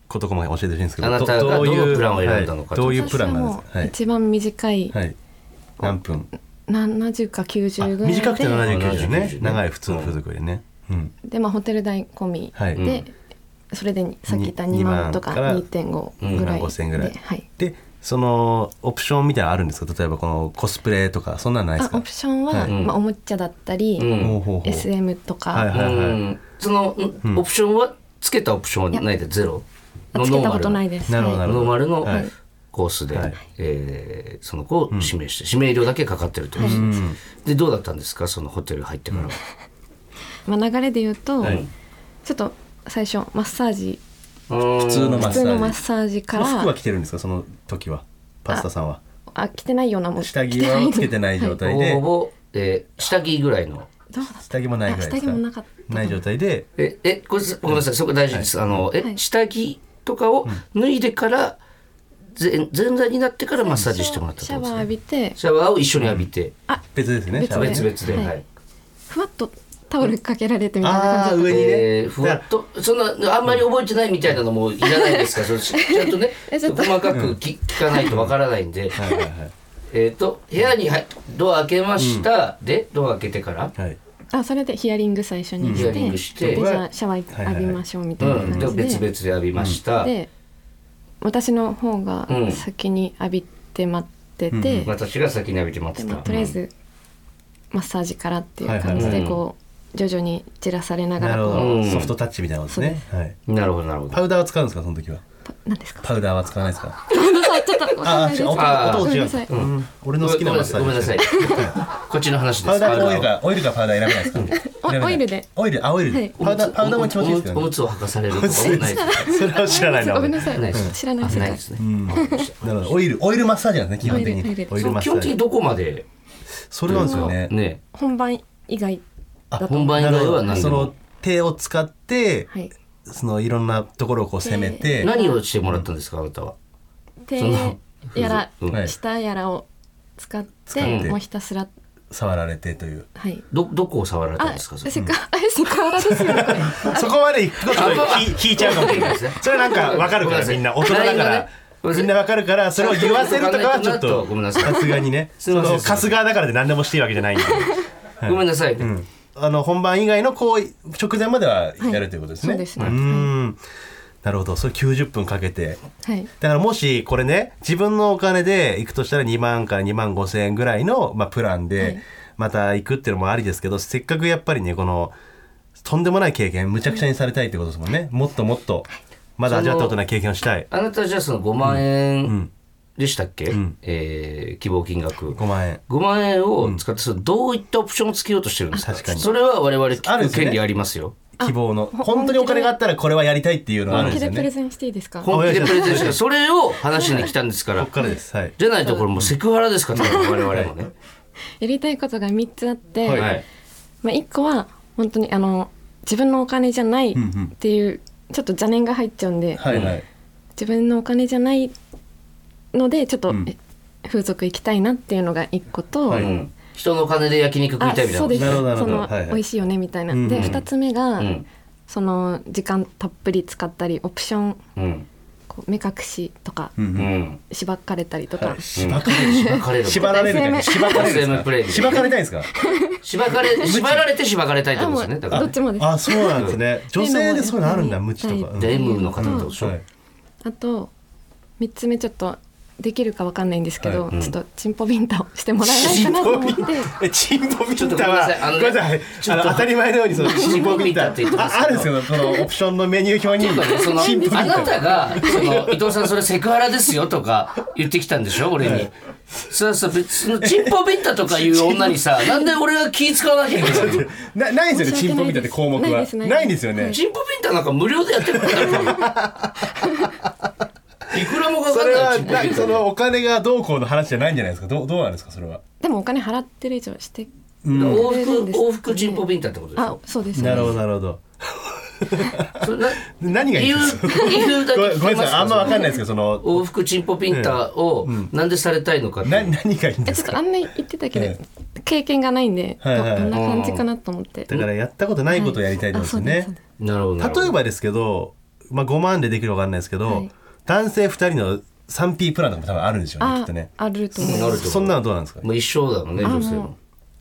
事細かに教えてほしいんですけどあなたがどういどのうプランを選んだのかはいどういうプ私ラはンなんですもかうはい一番短いはい何分70かあ90ぐらいで短くて79です79ですねね長い普通の付属でねうんで、まあ、ホテル代込みで、はいそれでにさっき言ったに2万とか2万2.5ぐらいで、 5000円ぐらいはい、でそのオプションみたいなのあるんですか例えばこのコスプレとかそんなのないですあオかプションは、はいまあ、おもちゃだったり、うんほうほうほう SM とか、はいはいはうんその、オプションはつけたオプションはないでゼロあつけたことないでですなるほどはないるほノーどマルのはいコースで、はいえーその子を指名して、指名料だけかかってるってことです、でどうだったんですかそのホテル入ってからは、まあ、流れで言うと、はいちょっと最初マッサージ普普通のマッ普サ通のマーッジサージかその服はら着てるんですかその時はパスタさんはあ着てないようなもん下着はつけてない状ほ態ぼでほぼ、えー下着ぐらいのどうだった下着もないぐらいですかあ下着もなかったない状態でええこれごめんなさいそこ大事です、あのえ、はい下着とかを脱いでから全全裸になってからマッサージしてもらったってシャこワーと浴ですねびてシャワーを一緒に浴びて、あ別ですね別でシャワー別々で、はいはいふわっとタオルかけられてみたいなああ感じだ上にね、えー、ふわっとそんなあんまり覚えてないみたいなのもいらないですからそれちちゃんとねえちょっと細かくき聞かないとわからないんで、はいはいはいえっと部屋に入っドア開けました、でドア開けてから、はいあそれでヒアリング最初にしてヒアリングしてでじゃあシャワー浴びましょうみたいなうん、で感じで,、別々で浴びました、で私の方がうん先に浴びて待ってて、で私が先に浴びて待ってまたあとりあえずマッサージからっていう感じはいではいこう徐々に散らされながならるほこうどんソフトタッチみたいなことですねはいうんなるほどなるほどパウダーは使うんですかその時はう何ですか パウダーは使わないですかごめんなさいちょっとわかんないですあああ音音ごめん違なさいううん俺の好きなマッサージごめんなさいごめんなさいこっちの話ですパウダーかオイルかオイルかパウダー選べないですかお選べないオイルでオイルあオイルはいでパウダーパウダーも気持ちいいですおむつよねおむつを履かされるとかもないですねそれは知らないなご俺めんななさいないです知らない世ないで界すね、るほどオイルオイルマッサージなんですね基本的オイルオイにルオイルマッ基サー本的にジどこまでそれなんですよねね本番以外あ本番以外はなる何ほどでそもの手を使ってはいそのいろんなところをこう攻めて何をしてもらったんですかあなたは手そのやらうんはい下やらを使って使ってもうひたすら触られてというはいどどこを触られたんあですかそれセクハラセクハラですよこれ そこまで行くことで引いちゃうかもしれなそいうですね それなんかわかるからみんな大人だラインかがらねごめんなさいみんなわかるからそれを言わせるとかはちょっとごめんなさいさすがにねすいませんその春日だからで何でもしていいわけじゃないんでごめんなさい、あの本番以外のこう直前まではやるというこ とですね、そうですねうーんなるほどそれ90分かけてはいだからもしこれね自分のお金で行くとしたら2万から2万5千円ぐらいの、まあ、プランでまた行くっていうのもありですけどせっかくやっぱりねこのとんでもない経験むちゃくちゃにされたいってことですもんねもっともっとまだ味わったことない経験をしたいあなたはじゃあその5万円でしたっけ、えー希望金額5万円5万円を使ってそれどういったオプションをつけようとしてるんですか確かにそれは我々あるん聞でくすね権利ありますよ希望のほ本当にお金があったらこれはやりたいっていうのがある本んで気すでよプレねゼンしていいですか本気でプレゼンしてるそれを話しに来たんですかこらこからですはいじゃないとこれもうセクハラですからね我々もねやりたいことが3つあって、はい、まあ、1個は本当にあの自分のお金じゃないっていう、ちょっと邪念が入っちゃうんで、はいはい自分のお金じゃないのでちょっと、え風俗行きたいなっていうのが1個と、うん人のお金で焼肉食いあたいみたいなそうですなるほどなるそほどの、はいはい美味しいよねみたいな、うんで2つ目が、うんその時間たっぷり使ったりオプションうんこう目隠しとか、うんしばかれたりとか、しばかれる縛かれ るしばられるだけしばかれるん SM プレイですかしばかれたいんですか縛かれ縛られて縛かれたいってことですねだかあらどっちもですあそうなんです ね女性でそういうのあるんだムチとかで M の方ってことでしょ、はいあと3つ目ちょっとできるかわかんないんですけど、ちょっとチンポビンタをしてもらえないかなと思ってえ チンポビンちょっとごタめんなはさいあのねごめんなさいちょあっとの当たり前のようにそのチンポビンタチンポビンタって言ってますけあどあるんですよそのオプションのメニュー表にっていうかねそのチンポビンあなタたがその伊藤さんそれセクハラですよとか言ってきたんでしょ俺に。そうそう別のチンポビンタとかいう女に さなんで俺が気使わなきゃいけないのなないんですよね申しチンポ訳ビンタっないですて項目はないですないですないんですよねチンポビンタなんか無料でやってるから いくらもかそかんれなはいチンポビなンタそのお金がどうこうの話じゃないんじゃないですかどうどうなんですかそれはでもお金払ってる以上して往くれる復んですかね往復チンポビンタってことでしあょそうですなるほねどなるほどそれな何がい理い由んですか理由だけごめん聞ごきめんまなさすいあんまわかんないいですけどその往復チンポビンタをなんでされたいのかってな何がいいんえでちすょっかとあんまり言ってたけど、え経験がないんで、はいはいはいどんな感じかなと思ってだからやったことないことをやりたいってことですよはいあねそうですなるほどなるほど例えばですけどまあ5万でできるかわかんないですけど、はい男性2人の 3P プランとかも多分あるんでしょうねきっあとねあると思いなまるすと思うそんなのどうなんですかもう一生だもんねあ女性もも。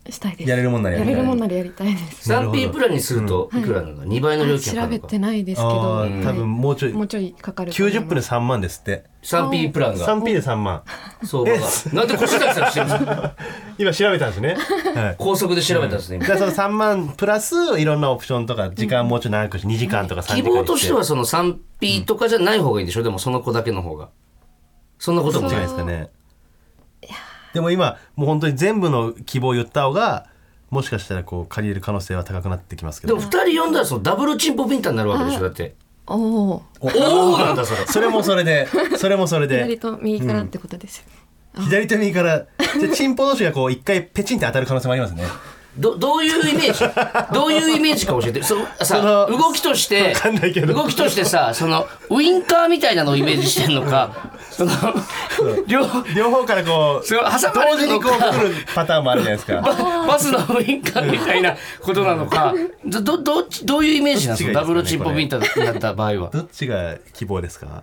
うしたいですやれるもんならややりたいれるもんならやりたいですなるほど 3P プランにするといくらなのか、2倍の料金か調かるべのかてないですけど、あはあい多分もうちょいもうちょいかかると思います90分で3万ですって。 3P プランが 3P で3万。相場がなんで腰崎さん知ってる今調べたんです ね。はい。高速で調べたんですねだからその3万プラスいろんなオプションとか時間もうちょい長くして2時間とか3時間希に望としてはその 3P とかじゃない方がいいんでしょでもその子だけの方がそんなこともじゃなないいですかね。でも今もう本当に全部の希望を言った方がもしかしたらこう借りれる可能性は高くなってきますけでども2。人呼んだらそのダブルチンポビンタになるわけでしょだっておおおおーなんだそれそれもそれで、それもそれ左で、と右からってことですよね、左と 右から、じゃあチンポ同士がこう一回ペチンって当たる可能性もありますね。どどういうイメ ージどういうイメージか教えてそさその動きとしてかんないけど動きとしてさそのウインカーみたいなのをイメージしてんの かその両両方からこう、それ挟まれ同る時のにかこう来るパターンもあるじゃないですか。ババスのウインカーみたいなことなのか、どどどっちどういうイメージなんですか、どダっちブがいルいでチすンポビンかねタになった場合は。どっちが希望ですか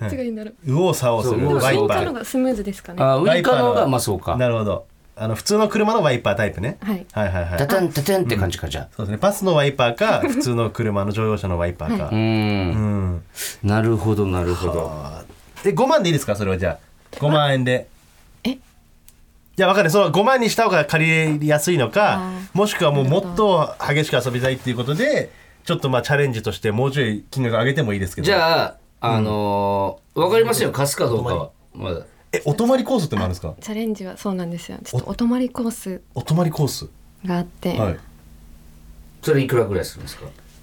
どっちがいいんだろう、右往左往するそうワイ進パ化の方ーがスムーズですかねあウインカーの方ワイパーがのまあそうか。なるほどあの普通の車のワイパータイプね、はいはいはいはいタタンタタンって感じかじゃそうですねバスのワイパーか普通の車の乗用車のワイパーあ。か、うん。なるほどなるほど。あーで5万でいいですかそれはじゃあ5万円でえいや分かんないその5万にした方が借りやすいのかあもしくはもうもっと激しく遊びたいっていうことでちょっとまあチャレンジとしてもうちょい金額上げてもいいですけどじゃああのーわかりますよ貸すかどうかはまだ。えお泊まりコースってのもあるんですかチャレンジはそうなんですよちょっとお泊まりコースお泊まりコースがあって、はいそれいくらぐらいするんで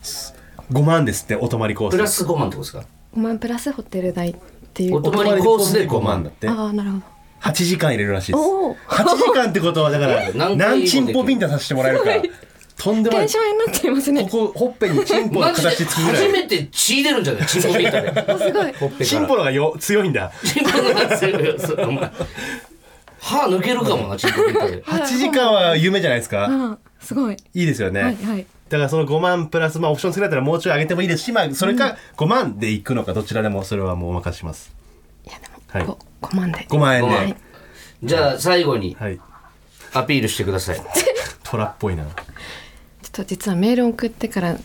すか。 5万ですってお泊まりコースプラス5万ってことですか。 5万プラスホテル代っていおう泊まりコースで5万だってああなるほ8時間入れるらしいですおー8時間ってことはだから何回何チンポビンタさせてもらえるかとんでどもないこ検証になっていますねこほっぺにチンポのマジで形つくぐら初いめて血出るんじゃないチンポビンタで。すごいほっぺからチンポのがよ強いんだチンポのが強いよそれお前歯抜けるかもなチンポビンタで。 8時間は夢じゃないですかあーすごいいいですよね、はいはいだからその5万プラスまあオプションつけられたらもうちょい上げてもいいですしまあそれか5万でいくのかどちらでもそれはもうお任せしますいやでも、はいこ5万で5万円ごで、めんじゃあ最後にはいアピールしてください。トラっぽいなちょっと実はメール送ってから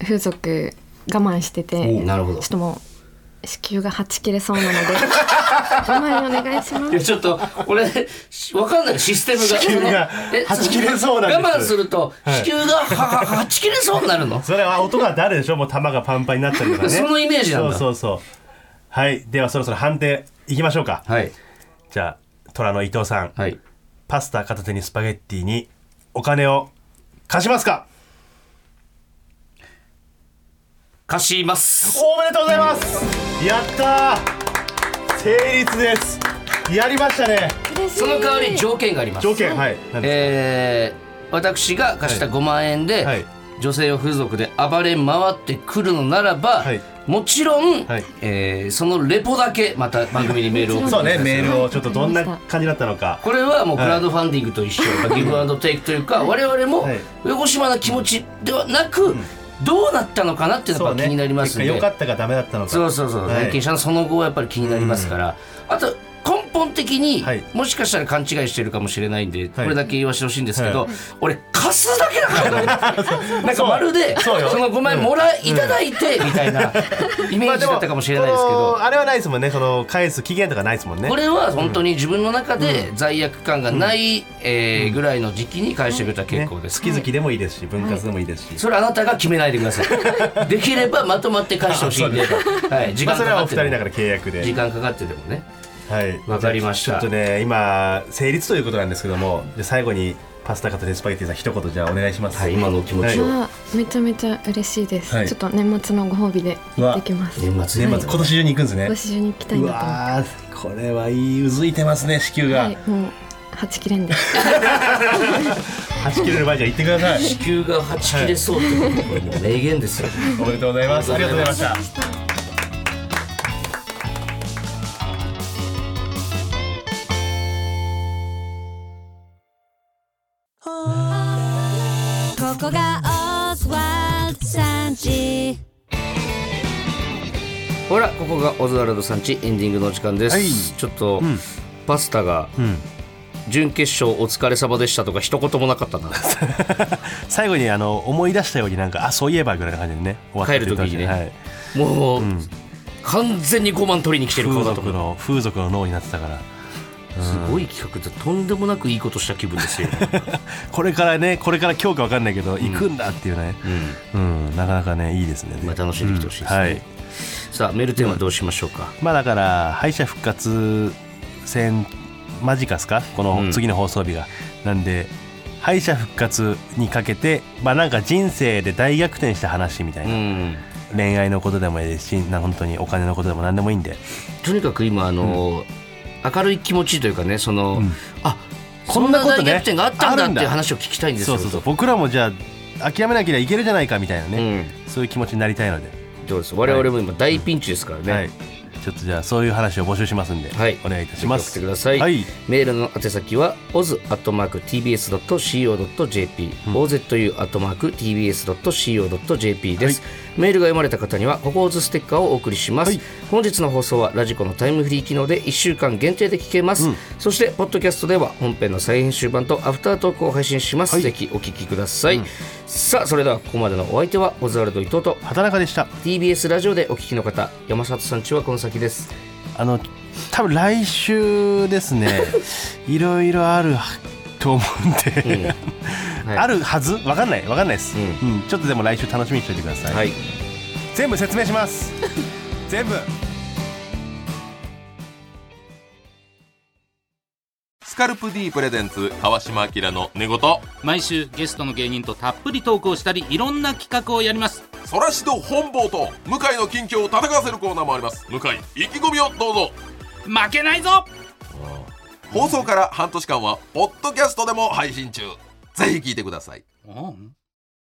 風俗我慢しててなるほどちょっともう子宮がはち切れそうな ので5万円お願いしまいやすちょっと俺わかんないシステムが。球がそのえはち切れそうなんです我慢するとはい子宮がはははち切れそうになるの。それは音があるでしょもう玉がパンパンになったりとかねそのイメージなんだそうそうそうはいではそろそろ判定いきましょうかはいじゃあ虎の伊藤さん、はい。パスタ片手にスパゲッティにお金を貸しますか貸します。おめでとうございますやったー成立ですやりましたねその代わり条件があります条。件はい何ですえー私が貸した5万円で、はい女性を風俗で暴れ回ってくるのならば、はいもちろん、はいえーそのレポだけまた番組にメールを送かってくそうねださいメールをちょっとどんなわかりま感じだったのかこれはもうクラウドファンディングと一緒、ギブアンドテイクというか我々もはい横島な気持ちではなく、どうなったのかなっていうのがやっぱ気になりますんで良かったかダメだったのかそうそうそう、はい債権者のその後はやっぱり気になりますから、あと根本的に、はいもしかしたら勘違いしてるかもしれないんで、これだけ言わしてほしいんですけど、は俺貸すだけだ からななんかまるでそそうよのごめんもらいいただいて、みたい なイメージだったかもしれないですけまあどもこ。のあれはないですもんねその返す期限とかないですもんねこれは本当に自分の中で罪悪感がない、えーぐらいの時期に返してくれたら結構です、月々でもいいですし分割でもいいですし、それあなたが決めないでくださ いできればまとまって返してほしいんで、はい、時ま間あそかれはかおって二で人もだから契約で時間かかってでもねはいわかりましたじゃあちょっとね今成立ということなんですけどもじゃあ最後にパスタカとスパゲティさん一言じゃあお願いしますはい今のお気持ちをあーめちゃめちゃ嬉しいです、はいちょっと年末のご褒美で行ってきます年末年末はい今年中に行くんですね今年中に行きたいうなと思っわーこれはいいうずいてますね支給てが、はいもう8切れんではち切れる前じゃ行ってくださ い地球がはち切れそうってことこれもう名言ですよおめでとうございますありがとうございましたここがオズワルドさんちほらここがオズワルドさんちエンディングのお時間です、はいちょっと、パスタが、準決勝お疲れ様でしたとか一言もなかったな最後にあの思い出したようになんかあそういえばぐらいの感じでね終わって帰る時にねはい、も う、完全に5万取りに来てる風顔だと俗思うの風俗の脳になってたからすごい企画でとんでもなくいいことした気分ですよ、これからねこれから今日か分かんないけど、行くんだっていうね、うんなかなかねいいですね、まあ楽しんできてほしいですねうんはいさあメールテーマどうしましょうか、まあだから敗者復活戦間近ですかこうんの次の放送日が、なんで敗者復活にかけてまあなんか人生で大逆転した話みたいな、うん恋愛のことでもいいですしな本当にお金のことでも何でもいいんでとにかく今あの、明るい気持ちというかねその、あここんんななことね大逆転があったんだあるっんてだいう話を聞きたいんですそようそうそう僕らもじゃあ諦めなければいけるじゃないかみたいなうね、んそういう気持ちになりたいので、どうです我々も今大ピンチですからね、はいちょっとじゃあそういう話を募集しますんで、はいお願いいたしま送っすてください、はいメールの宛先は oz.tbs.co.jp、ozu.tbs.co.jp です、メールが読まれた方にはここオズステッカーをお送りします、はい本日の放送はラジコのタイムフリー機能で1週間限定で聞けます、そしてポッドキャストでは本編の再編集版とアフタートークを配信します、ぜひお聞きください、さあそれではここまでのお相手はオズワルド伊藤と畑中でした TBS ラジオでお聞きの方山里さんちはこの先ですあの多分来週ですねいろいろあると思うん で、はいあるはずわかんないわかんないです、ううんちょっとでも来週楽しみにしておいてください、はい全部説明します全部スカルプ D プレゼンツ川島明の寝言毎週ゲストの芸人とたっぷりトークをしたりいろんな企画をやりますそらしど本坊と向井の近況を戦わせるコーナーもあります向井意気込みをどうぞ負けないぞ放送から半年間はポッドキャストでも配信中ぜひ聞いてくださいうん